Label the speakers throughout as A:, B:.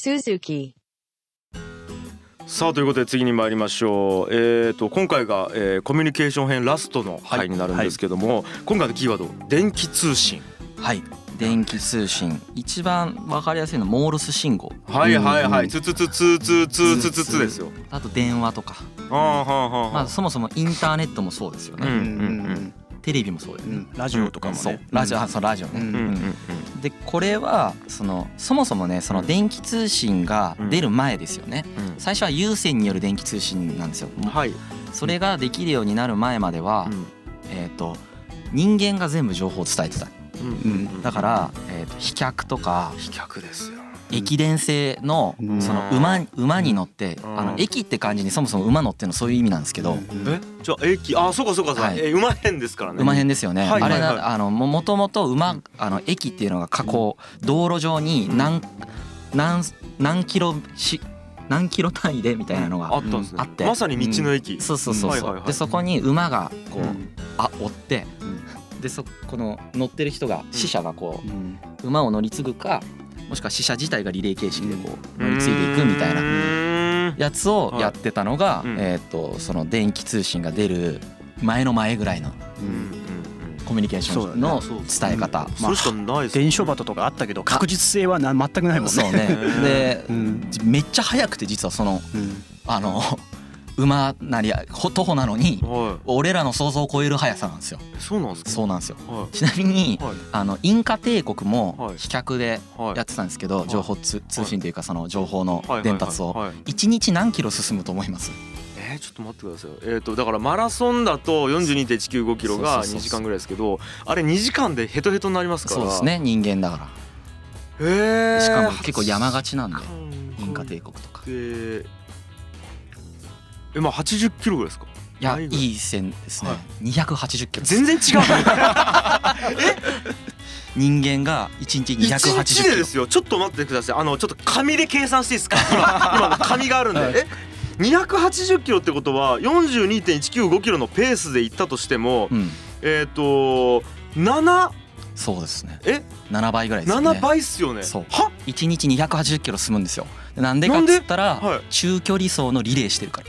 A: Suzuki,
B: さあということで次に参りましょう。えっ、と今回が、えーコミュニケーション編ラストの
C: はい
B: 回になるんですけども、今回のキーワード電気通信。
C: はい電気通信一番わかりやすいのはモールス信号
B: はいはいは
C: う
B: い。
C: ん
B: つつつつつつつつつですよ。
C: あと電話とか、
B: ああはあはあ。
C: まあ、そもそもインターネットもそうですよね、
B: うん
C: テレビもそうです
D: う
C: ね、
D: んラジオとかもね
C: そうラジオあそうラジオね、
D: うん
B: うんうんうん。
C: でこれはそのそもそもねその電気通信が出る前ですよね、
B: うん
C: 最初は有線による電気通信なんですよ、
B: はい。
C: それができるようになる前までは、えっ、と人間が全部情報を伝えてた
D: うん
C: だから、えー、と飛脚とか
B: 飛脚ですよ。
C: 駅伝制の
D: うん
C: その馬馬に乗って、
B: うん
C: あの駅って感じにそもそも馬乗ってるのそういう意味なんですけど、
B: えじゃあ駅あそうかそうかそうか。
C: はい
B: え馬編ですからね。
C: 馬編ですよね、
B: はい
C: あれ
B: はいは
C: なあのももともと馬あの駅っていうのが過去道路上に何何何キロし何キロ単位でみたいなの
B: あ
C: が
B: ったんですね。
C: あって
B: まさに道の駅。
C: そうそうそう
B: はい
C: そ
B: はいは
C: う
B: い
C: でそこに馬がこう、
B: うん
C: あ追って、でそこの乗ってる人が死者がこう馬を乗り継ぐかもしくは死者自体がリレー形式でこう乗り継いでいくみたいな
B: うーん
C: やつをやってたのが、
B: はいうん
C: えー、とその電気通信が出る前の前ぐらいの
B: うんうんうん
C: コミュニケーションの伝え方。
B: それしかないですね
D: 伝書鳩とかあったけど確実性はな全くないもんね
C: そうね
B: うん
C: で、
D: うん
C: めっちゃ速くて実はその
D: うん
C: あの馬なりほ徒歩なのに
B: は
C: 俺らの想像を超える速さなんですよ
B: い。そうなんですか。
C: そうなんですよ
B: は
C: ちなみに
B: い。はい。
C: あのインカ帝国も
B: はい
C: 飛脚で
B: はい。
C: やってたんですけど
B: い
C: 情報通通信というかその情報の
B: はいはいはい
C: 伝達を
B: はい
C: 1日何キロ進むと思います
B: えー、ちょっと待ってくださいよえっ、とだからマラソンだと42.195キロが
C: そうそうそうそう
B: 2時間ぐらいですけどあれ2時間でヘトヘトになりますから
C: そうですね人間だか
B: へ
C: ら
B: ー
C: しかも結構山がちなんでインカ
B: で
C: 帝国とか
B: えまあ80キロぐらいですか
C: いや
B: ないいぐらい
C: い線ですね
B: は
C: 280キロ
B: 全 然違う
C: 人間が1日
B: 一
C: 280
B: 日で
C: キ
B: で
C: ロ
B: すよちょっと待ってくださいあのちょっと紙で計算していいですか今今紙があるんで、え280キロってことは42.195キロのペースで行ったとしても
C: うん
B: えっ、と7
C: そうですね
B: え
C: 7倍ぐらいですよね
B: 7倍っすよね
C: そう
B: は
C: 1日280キロ進むんですよでなんでかっつったら、
B: なんではい
C: 中距離走のリレーしてるから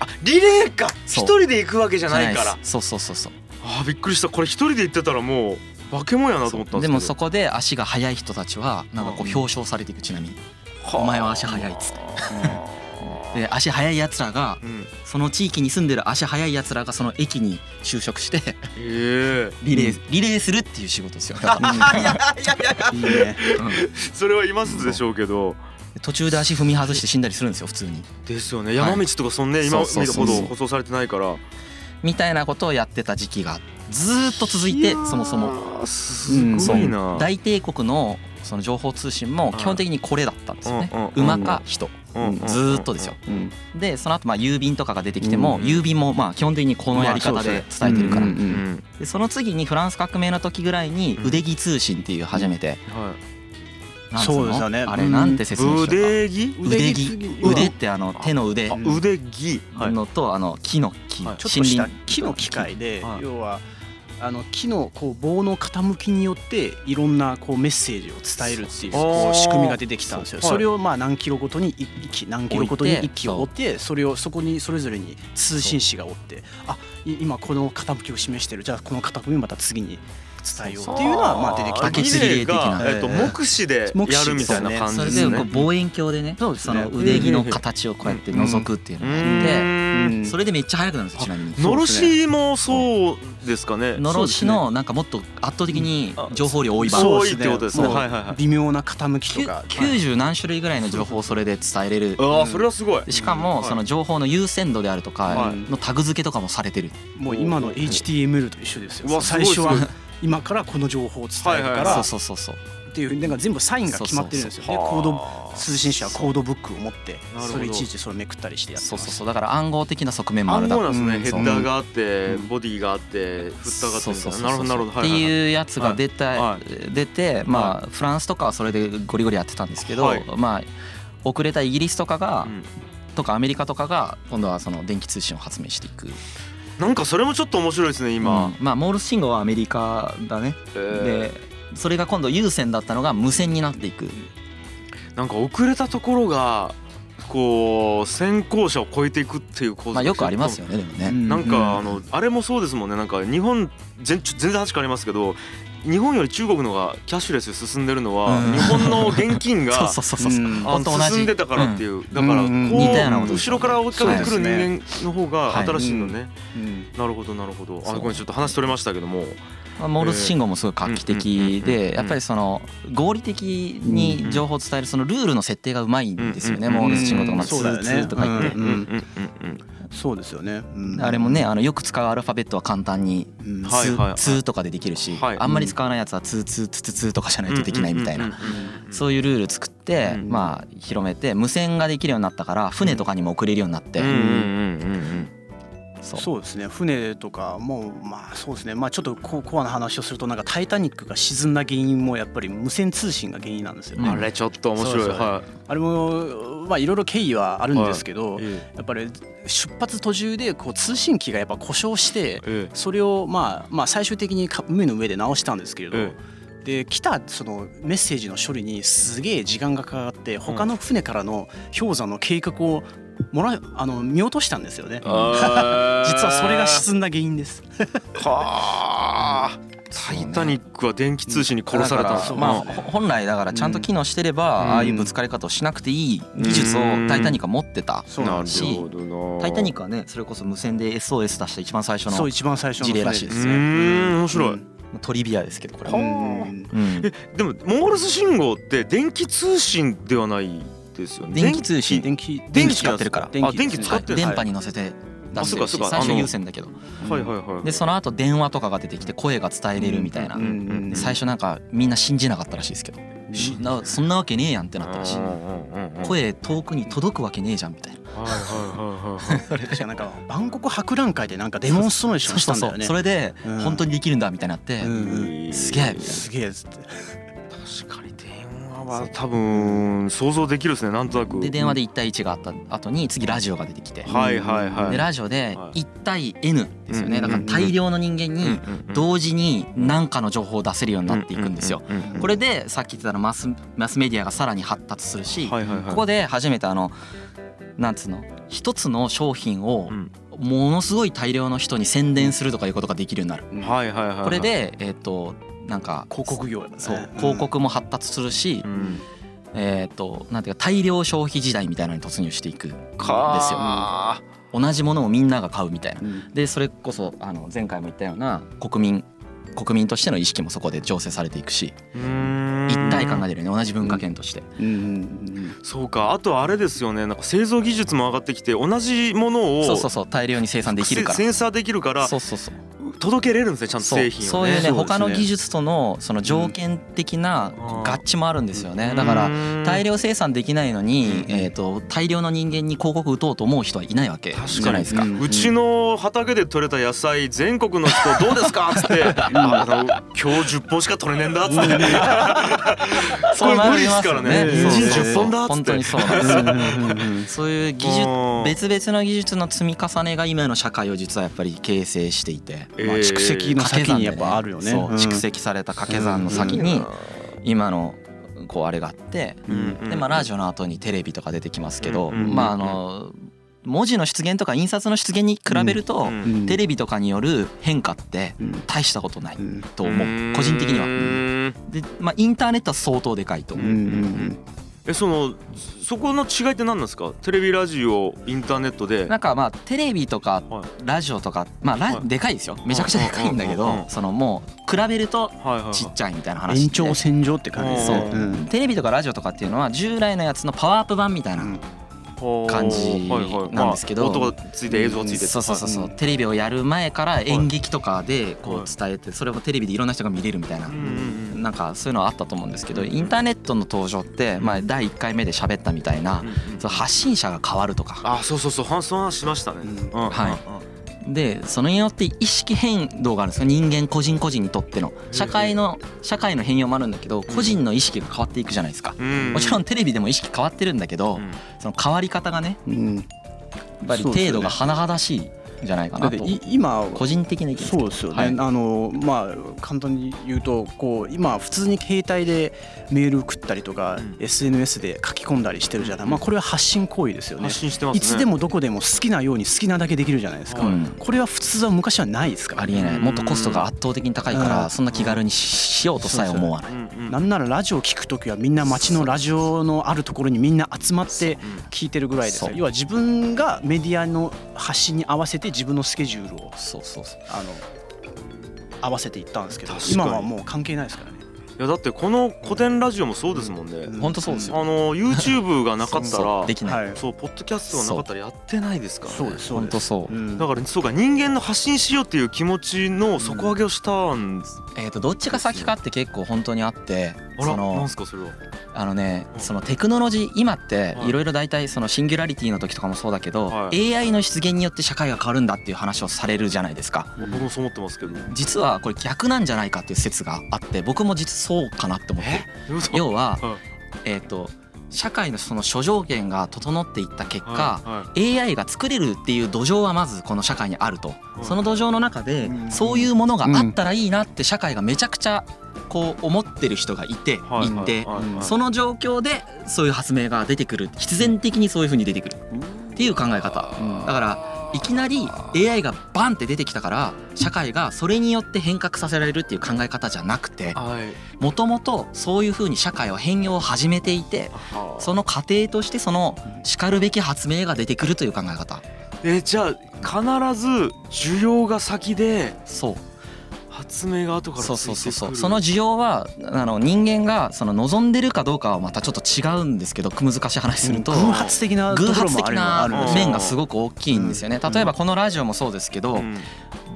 B: あリレーか
C: そ
B: 一
C: う
B: 人で行くわけじゃない
C: じゃ
B: から
C: ですそうそうそうそう
B: あーびっくりしたこれ一人で行ってたらもう化け物やなと思ったんですけど
C: でもそこで足が速い人たちはなんかこう
B: うん
C: 表彰されていくちなみに
B: あ
C: お前は足速いっつって
B: あー
C: で足速いやつらが
B: うんへ
C: その地域に住んでる足速いやつらがその駅に就職して
B: え
C: リレー、リレーするっていう仕事ですよだから
D: いいね
B: それはいますでしょうけど
C: 途中で足踏み外して死んだりするんですよ普通に
B: ですよね山道とかそんね、
C: はい
B: 今見
C: そう
B: る
C: そ
B: ほ
C: うそう
B: ど
C: そう
B: 舗装されてないから
C: みたいなことをやってた時期がずーっと続いて
B: やー
C: そもそも
B: すごいな、
C: 大帝国のその情報通信も基本的にこれだったんですよね
B: うんうんうん
C: 馬か人
B: うん
C: ずーっとですよ
D: うん
C: でその後まあ郵便とかが出てきても、
B: うん
C: 郵便もまあ基本的にこのやり方で伝えてるから、
D: まあそう
B: う
D: ですね
B: ん
D: う
C: でその次にフランス革命の時ぐらいに
B: うん
C: 腕着通信っていう初めて、
B: は
C: なんつの
D: そうですよね
C: あれなんて
B: い、
C: 説明したか
B: 腕着
C: 腕着腕ってあの手の腕
B: あ腕着はい
C: のとあの木の木
B: はい
D: ちょっとした
C: 森林
D: 木の機械で
B: はい
D: 要はあの木のこう棒の傾きによっていろんなこうメッセージを伝えるっていう
B: そうそう
D: こ
B: あー
D: う仕組みが出てきたんですよ。
B: そう
D: それをまあ何キロごとに一機何キロごとに
C: 置いて
D: 一機を追ってそれをそこにそれぞれに通信士が追ってあい今この傾きを示してるじゃあこの傾きをまた次に伝えようっていうのはまあ出てきた
C: あー竹釣りリレー的な
B: リレーがえっと
D: ええ
B: 目視で
D: 目視
B: やるみたいな感じ
C: そ
B: で
C: れ
B: す
C: で
B: ね
C: こう望遠鏡でね
D: そうですね
C: の腕着の形をこうやって覗くっていうの
B: う
C: があって、
B: ーん
D: うん
C: それでめっちゃ速くなるんですよちなみに。
B: のろしもそうですかね
C: のろしのなんかもっと圧倒的に情報量多い場合
B: そう多いってことですね
D: もう
B: はいはいはい
D: 微妙な傾きと
C: きゅ
D: か
C: 90何種類ぐらいの情報をそれで伝えれる
B: あーそれはすごい
C: でしか
B: は
C: も
B: い
C: その情報の優先度であると
B: は
C: か
B: い
C: のタグ付けとかもされてる
D: もう今の HTML と一緒です
B: うわ
D: よ最初は
B: すごいす
D: 今からこの情報を伝える
B: はいは
D: か
B: い
C: そ
B: は
C: う
D: ら
C: そうそうそう
D: っていうなんか全部サインが決まってるんですよねコード通信社はコードブックを持って
B: ほど
D: それいちいちそれめくったりしてやって
C: そう
D: ま
C: そう
D: す
C: そうだから暗号的な側面もあ
B: 暗
C: るだ
B: 号
C: ろ
B: な
C: うん
B: ですね
C: そ
B: ヘ
C: う
B: ッダーがあって
D: うん
B: ボディがあってフッターがあって
C: そう
B: み
C: そ
B: た
C: う
B: い
C: そう
B: ななるほどなるほど
C: っ
B: は
C: て
B: いはいはい
C: いうやつが出
B: は
C: た出てまあフランスとかはそれでゴリゴリやってたんですけど
B: はい
C: まあ遅れたイギリスとかが
B: うん
C: とかアメリカとかが今度はその電気通信を発明していく
B: なんかそれもちょっと面白いですね
C: う
B: 今
C: んまあモールス信号はアメリカだね
B: えー
C: でそれが今度有線だったのが無線になっていく
B: なんか遅れたところがこう先行者を超えていくっていう構図
C: まあよくあります
B: よ
C: よねでもね。
B: なん
D: う
B: かあのあれもそうですもんねなんか日本全全然話変わりますけど日本より中国の方がキャッシュレス進んでるのは
C: うん
B: 日本の現金が
C: そうそうそうそう。
D: うん
B: あ
C: 本当
B: の
C: 同じ
B: 進んでたからっていう、だからこう、
D: うん
C: 似たようなことです
B: 後
C: よね
B: ろから追いかけてくる
D: そう
B: 人
D: です
B: 間の方が
C: はい
B: 新しいのね、
D: うん
B: なるほどなるほどあ
C: そう
B: ごめんちょっと話取れましたけども
C: まあモールス信号もすごい画期的
B: うんうんうんうん
C: でやっぱりその合理的に情報を伝えるそのルールの設定がうまいんですよね
B: うんうんうん
C: モールス信号とかまあ
D: そうだよね
C: 2とか言って
D: うん
B: うん
D: そうですよね、うん
C: あれもねあのよく使うアルファベットは簡単に
D: う
C: 「
D: ん
B: は
C: ツ
B: いはいは
C: ー
B: い
C: ツーとかでできるし
B: はい
C: あんまり使わないやつは「ツーツーツツツー」とかじゃないとできないみたいなそう
B: いう
C: いうルール作って
B: うん
C: まあ広めて無線ができるようになったから船とかにも送れるようになって
B: うんうんうんうん
C: そう
D: そうですね船とかもまあそうですねまあちょっとココアな話をするとなんか「タイタニック」が沈んだ原因もやっぱり無線通信が原因なんですよ
B: うん
D: ね、
B: あれちょっと面白い
D: そうそう
B: は
D: あれもまあいろいろ経緯はあるんですけど、
B: いえ
D: やっぱり出発途中でこう通信機がやっぱ故障して
B: え
D: それをまあまあ最終的にか海の上で直したんですけれど、
B: え
D: で来たそのメッセージの処理にすげえ時間がかかって他の船からの氷山の計画をもらあの見落としたんですよね。実
B: あー
D: はそれが沈んだ原因です。
B: はあタイタニックは電気通信に殺されたん
C: だ
B: で
C: か
B: す
C: ら
B: よ
C: ま
B: う
C: あ
B: ん
C: ほ本来だからちゃんと機能してれば、
B: うん
C: ああいうぶつかり方をしなくていい技術を「タイタニック」は持ってた。
D: そう
B: な
D: なん
B: る
C: です
B: ほどな
C: タイタニックはねそれこそ無線で SOS 出した一番最初
D: そう
C: の
D: 一番最初の
C: 事例らしいで
B: う
C: す
B: ー
C: よ
B: ん面白い、
C: トリビアですけどこれ
D: う
C: は、
D: ん
B: はあ
C: うん
B: でもモールス信号って電気通信ではないですよね
C: 電気通
D: うん
C: 信
D: 電気
C: 電気使ってるから
B: あ電気
D: です
B: 使
C: は
B: っ
C: い
B: てる
C: 電波に乗せて出してる
B: あそうかそうか
C: し最
B: あの
C: 初有線だけど
B: はいはいはい
C: でその後電話とかが出てきて声が伝えれるみたいな、
B: うん
D: うん
B: うん
C: で最初なんかみんな信じなかったらしいですけど、しなそんなわけねえやんってなったらしい、
B: うんうんうんうん
C: 声遠くに届くわけねえじゃんみたいな
B: はいはいはいはいはい
D: 確かなんかバンコク博覧会でなんかデモンストレーションしたんだよね。
C: それで
D: うん
C: 本当にできるんだみたいになって、
D: うん
C: すげえ
D: すげえっつって。
B: 確かに電話は多分想像できるですねなんとなく
C: で電話で1対1があった後に次ラジオが出てきて、
B: はいはいはい
C: でラジオで
B: はい
C: 1対 N ですよね、
B: うん
C: だから大量の人間に同時に何かの情報を出せるようになっていくんですよ。
B: うんうんうんうん
C: これでさっき言ってたのマスマスメディアがさらに発達するし、
B: はいはいはい
C: ここで初めてあのなんつうの一つの商品を
B: うん
C: ものすごい大量の人に宣伝するとかいうことができるようになる。
B: はいはいはいはい
C: これでえっ、となんか
D: 広告業だね。
C: そう広告も発達するし、
B: うん
C: えっ、となんていうか大量消費時代みたいなのに突入していくんですよ。
B: か
C: 同じものをみんなが買うみたいな。
D: うん。
C: でそれこそあの前回も言ったような国民国民としての意識もそこで醸成されていくし
B: うーん
C: 一体感が出るよね同じ文化圏として。
D: うんうん
B: そうかあとあれですよねなんか製造技術も上がってきて同じものを
C: そうそうそう大量に生産できるか
B: センサーできるから
C: ら。そうそうそう。
B: 届けれるんですねちゃんと
C: そう
B: 製品
C: そ
B: を
C: ういう
B: ね
C: ね
D: そうですね
C: 他の技術とのその条件的な
B: うん
C: 合致もあるんですよね。
B: うん
C: だから大量生産できないのに
B: うん
C: えっと大量の人間に広告打とうと思う人はいないわけ
B: 確かに
C: じゃないですか
D: う。ん
B: うちの畑で採れた野菜全国の人どうですかっつって あの今日10本しか取れねえんだっつって
C: そういうのありますよ
B: これ無理ですからね
C: そうそうそう
B: 人参10本だっつって
C: 本当にそうなんです よ。
D: うん。
C: そういう技
B: うん
C: 術別々の技術の積み重ねが今の社会を実はやっぱり形成していて
B: えー
D: まあ蓄積の先にやっぱあるよね。
C: そう
D: うん
C: 蓄積された掛け算の先に今のこうあれがあって
D: うん
C: でまあラジオの後にテレビとか出てきますけど
B: うんうん
D: うん
C: まああの文字の出現とか印刷の出現に比べると
D: うん
C: テレビとかによる変化って
D: うん
C: 大したことない
D: うん
C: と思う個人的には。
B: は
C: でまあインターネットは相当でかいと
D: う
C: 思う。
D: んうん
B: えそのそこの違いって何なんですかテレビラジオインターネットで
C: なんかまあテレビとか
B: はい
C: ラジオとかまあラ
B: はい
C: でかいですよめちゃくちゃでかいんだけ
B: うんうんうん
C: ど
B: うん
C: そのもう比べると
B: はいはいはい
C: ちっちゃいみたいな
D: うん
C: 話
D: 延
C: で
D: 長線上って感じですね
B: そう
D: うん
C: テレビとかラジオとかっていうのは従来のやつのパワーアップ版みたいな
B: ほう
C: 感じ
B: はいはい
C: なんですけど
B: まあ音がついて映像がついて
C: そうそうそうそううんテレビをやる前から演劇とかで
B: は
C: こ
B: いう
C: 伝えてそれをテレビでいろんな人が見れるみたいな
B: うんうん
C: なんかそういうのはあったと思うんですけどインターネットの登場ってまあ第1回目で喋ったみたいな
B: うんうん
C: その発信者が変わるとか
B: あそうそうそうはその話しましたね
D: うん
B: うん
C: はでそれによって意識変動があるんですよ人間個人個人にとっての社会の社会の変容もあるんだけど個人の意識が変わっていくじゃないですか
B: うん
C: もちろんテレビでも意識変わってるんだけど
B: うん
C: その変わり方がね
D: うん
C: やっぱり程度が甚だしいじゃないか
D: だ
C: な
D: って
C: と
D: い今
C: 個人的な意見ですけ
D: そう
C: ど
D: ですよね、
C: はい
D: あのまあ簡単に言うとこう今普通に携帯でメール送ったりとか、
B: うん
D: SNS で書き込んだりしてるじゃない、
B: うん
D: まあ、これは発信行為ですよね
B: 発信してますね
D: いつでもどこでも好きなように好きなだけできるじゃないですか、
C: うん
D: これは普通は昔はないですから
C: ありえないもっとコストが圧倒的に高いか
D: うん
C: らそんな気軽にししようとさえ思わない
B: うんうん
D: なんならラジオ聞く時はみんな街のラジオのあるところにみんな集まって聞いてるぐらいですよ
C: そう
D: 要は自分がメディアの発信に合わせて自分のスケジュールを
C: そうそうそう
D: あの合わせていったんですけど
B: 確かに
D: 今はもう関係ないですからね。
B: いやだってこの古典ラジオもそうですもんね、
D: うん
C: 本当そうですよ
B: あの YouTube がなかった
C: そう
B: ら
C: できない
D: はい
B: そうポッドキャストがなかったらやってないですからね
D: そうですそう
C: 本
D: で
C: 当
D: す。
C: そう
D: うん
B: だからそうか人間の発信しようっていう気持ちの底上げをしたんです、
C: えーとどっちが先かって結構本当にあって
B: あらな
C: そ
B: ん
C: の
B: すかそれは
C: あのね
B: うん
C: そのテクノロジー今って
B: はい
C: いろいろ大体そのシンギュラリティの時とかもそうだけど
B: は
C: AI の出現によって社会が変わるんだっていう話をされるじゃないですか
B: 僕もそう思ってますけど
C: 実はこれ逆なんじゃないかっていう説があって僕も実そうかなって思ってる
B: 嘘
C: 要は
B: は
C: えっと社会のその諸条件が整っていった結果
B: は
C: AI が作れるっていう土壌はまずこの社会にあると、
B: うん
C: その土壌の中で
D: うん
C: そういうものがあったらいいなって社会がめちゃくちゃこう思ってる人がいて、
B: はい
C: い
B: はい
C: て、
B: はいはい
C: その状況でそういう発明が出てくる必然的にそういうふうに出てくるっていう考え方だからいきなり AI がバンって出てきたから社会がそれによって変革させられるっていう考え方じゃなくて
B: はい
C: もともとそういうふうに社会は変容を始めていて
B: あ
C: その過程としてそのしかるべき発明が出てくるという考え方
B: えじゃあ必ず需要が先で
C: そう
B: 発明が後からついてく
C: そう
B: る
C: そうそうそうその需要はあの人間がその望んでるかどうかはまたちょっと違うんですけど難しい話すると
D: 偶発的なと
C: 偶
D: ころ
C: 発
D: も
C: 的
D: ある
C: な
D: のはあるんですよ
C: 面がすごく大きいんですよね
D: うん
C: 例えばこのラジオもそうですけど
B: うん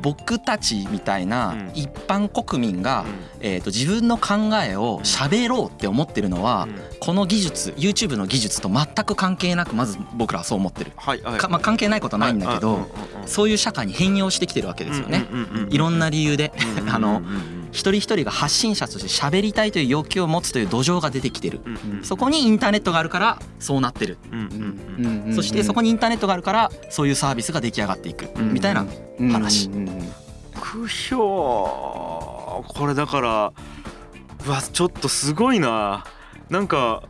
C: 僕たちみたいな
B: うん
C: 一般国民がえーと自分の考えを喋ろうって思ってるのは
B: うんうん
C: この技術 YouTube の技術と全く関係なくまず僕らはそう思ってる
B: はいはい
C: かまあ関係ないことはないんだけ
B: はい
C: どそういう社会に変容してきてるわけですよね
B: うんうんうんうん
C: いろんな理由で
B: うんうん
C: あの
B: うんうん
C: 一人一人が発信者として喋りたいという要求を持つという土壌が出てきてる
B: うんうんうん
C: そこにインターネットがあるからそうなってる
B: うんうんうん
C: そしてそこ
D: に
C: にインターネットがあるからそういうサービスが出来上がっていく
B: うん
C: みたいな話
B: 酷評これだからうわちょっとすごいななんか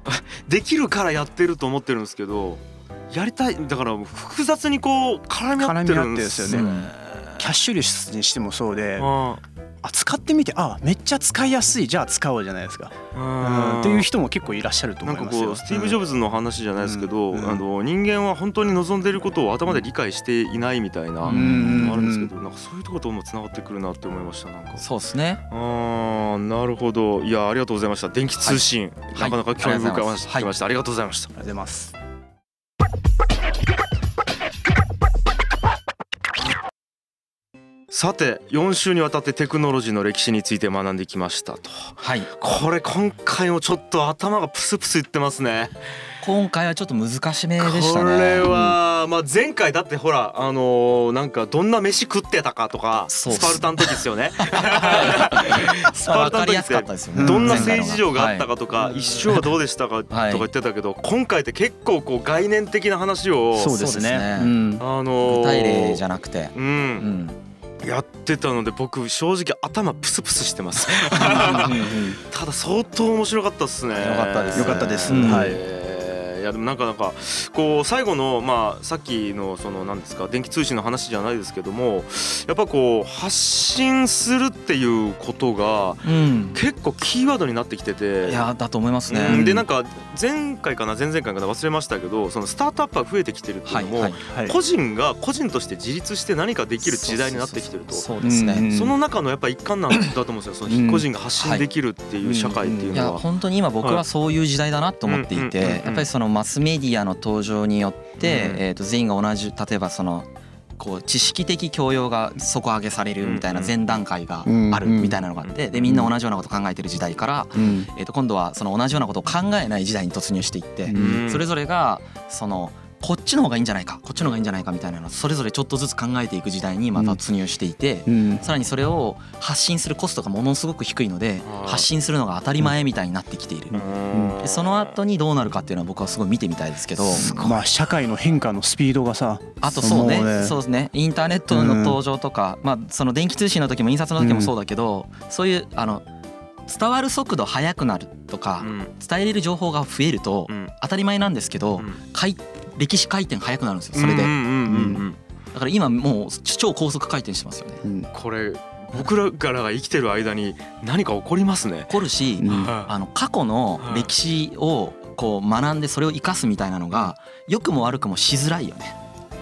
B: できるからやってると思ってるんですけどやりたいだから複雑にこう絡み合ってるんですよ
D: 絡
B: ね。
D: み合ってるんですよね
C: うん
D: キャッシュレスにしてもそうで
B: あ
D: あ使ってみてあめっちゃ使いやすいじゃあ使おうじゃないですかう
B: あ
D: んっていう人も結構いらっしゃると
B: な
D: 思
B: ん
D: い
B: か
D: ますよ
B: こうスティーブ・ジョブズの話じゃないですけど、
D: うん
B: あの人間は本当に望んでいることを頭で理解していないみたいな
C: う
B: の
C: ん
B: もあるんですけどなんかそういうところともつながってくるなって思いましたなんか
C: そうですね
B: あーなるほどいやありがとうございました電気通信、
C: は
B: な
C: い
B: かなか興味深いお話
C: は
B: 聞
C: い
B: きました、ありがとうございました
D: ありがとうございます
B: さて4週にわたってテクノロジーの歴史について学んできましたと
C: はい
B: これ今回もちょっと頭がプスプスいってますね
C: 今回はちょっと難しめでした
B: こ
C: ね
B: れは、まあ、前回だってほらあのーなんかどんな飯食ってたかとか
C: そうっ
B: ス
C: す
B: パルタの時ですよ ねス
C: まあ
B: パルタの
C: わかり
B: 時
C: や
B: っ
C: すか
B: て
C: ったですよ
D: う
C: ね
D: ん
B: どんな
C: 前回の
B: 政治情があった
C: はい
B: かとか一生はどうでしたかとか
C: はい
B: 言ってたけど今回って結構こう概念的な話を
D: そうです
C: そうで
D: ね
C: すね
D: うん
B: あのー
C: 具体例じゃなくて
B: う、
C: うんん
B: やってたので僕正直頭プスプスしてます ただ相当面白かったですねよ
C: かったです
D: よかったです
C: はい
B: いやでもなんかなんかこう最後のまあさっきのその何ですか電気通信の話じゃないですけどもやっぱこう発信するっていうことが
C: うん
B: 結構キーワードになってきてて
C: いやだと思いますね
B: うんでなんか前回かな前々回かな忘れましたけどそのスタートアップが増えてきてるっていう
C: は
B: の
C: い
B: も、
C: はい
D: はい
B: 個人が個人として自立して何かできる時代になってきてると
C: そうです
D: うんうん
C: ね
B: その中のやっぱ一環なんだと思うんですよ。そ
D: うん
B: の個人が発信できるっていう社会っていう
C: いや
B: のは。
C: 本当に今僕
B: は
C: はいそういう時代だなと思っていて
B: うんうんうんうん
C: やっぱりそのマスメディアの登場によって
B: うん
C: えーと全員が同じ例えばそのこう知識的教養が底上げされるみたいな
B: うんうん
C: 前段階が
D: うん
C: あるみたいなのがあってでみんな同じようなこと考えてる時代から
D: うん
C: えーと今度はその同じようなことを考えない時代に突入していって
D: うん
C: それぞれがそのこっちの方がいいんじゃないかこっちの方がいいんじゃないかみたいなのをそれぞれちょっとずつ考えていく時代にまた突入していて、
D: うん
C: さらにそれを発信するコストがものすごく低いので
B: あー
C: 発信するのが当たり前みたいになってきている、
B: うん
C: でその後にどうなるかっていうのは僕はすごい見てみたいですけど
D: まあ社会の変化のスピードがさ
C: あとそうね
D: も
C: そうですねインターネットの登場とか、まあその電気通信の時も印刷の時もそうだけど、そういうあの伝わる速度速くなるとか、伝えれる情報が増えると、
B: うん
C: 当たり前なんですけど、
B: うん
C: 回歴史回転速くなるんですよそれで、
B: うんうんうんうん
C: だから今もう超高速回転してますよね
D: うん
B: これ僕らからが生きてる間に何か起こりますね。
C: 起こるし、
D: うん
B: は
C: あの過去の歴史をこう学んでそれを生かすみたいなのが良くも悪くもしづらいよね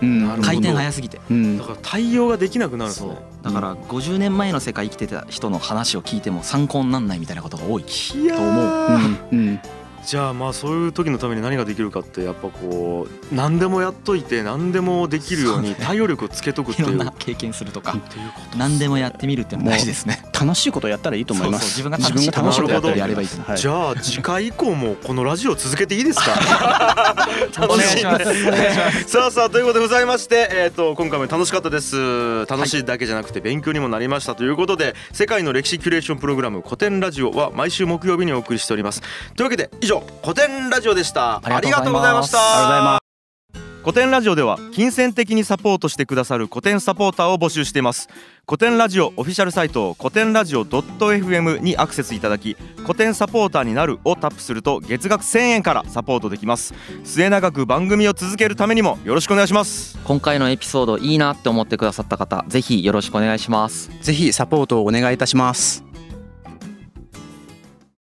D: うん
B: なるほど
C: 回転速すぎて
D: う
B: い
D: ん
B: だから対応ができなくなるんですね。
C: だから50年前の世界生きてた人の話を聞いても参考になんないみたいなことが多い
B: いや
C: と思
B: ー
D: うん
B: じゃあまあそういう時のために何ができるかってやっぱこう何でもやっといて何でもできるように対応力をつけとくっ
C: い
B: てい
C: ろん
B: う。
C: な経験すると か
B: っていうこと
C: 何でもやってみるっていうのは大事ですね
D: 楽しいことやったらいいと思います
C: そうそう自分が
B: 楽しいこと
D: 自分が
B: やれ
C: ばいいと
D: は
B: じゃあ次回以降もこのラジオ続けていいですか
C: お願いします
B: 楽しんでさあさあということでございまして、えー、と今回も楽しかったです楽しいだけじゃなくて勉強にもなりましたということで、世界の歴史キュレーションプログラム「古典ラジオ」は毎週木曜日にお送りしておりますというわけで以上「古典ラジオ」でしたあ
C: あ
B: り
C: り
B: が
C: が
B: と
C: と
B: うご
C: う
B: ざ
C: ござ
B: い
C: い
B: まし
C: ます
B: た
D: ありがとうございます
B: 古典ラジオでは金銭的にサポートしてくださる古典サポーターを募集しています古典ラジオオフィシャルサイト古典ラジオ .fm にアクセスいただき古典サポーターになるをタップすると月額1000円からサポートできます末永く番組を続けるためにもよろしくお願いします
C: 今回のエピソードいいなって思ってくださった方ぜひよろしくお願いします
D: ぜひサポートをお願いいたします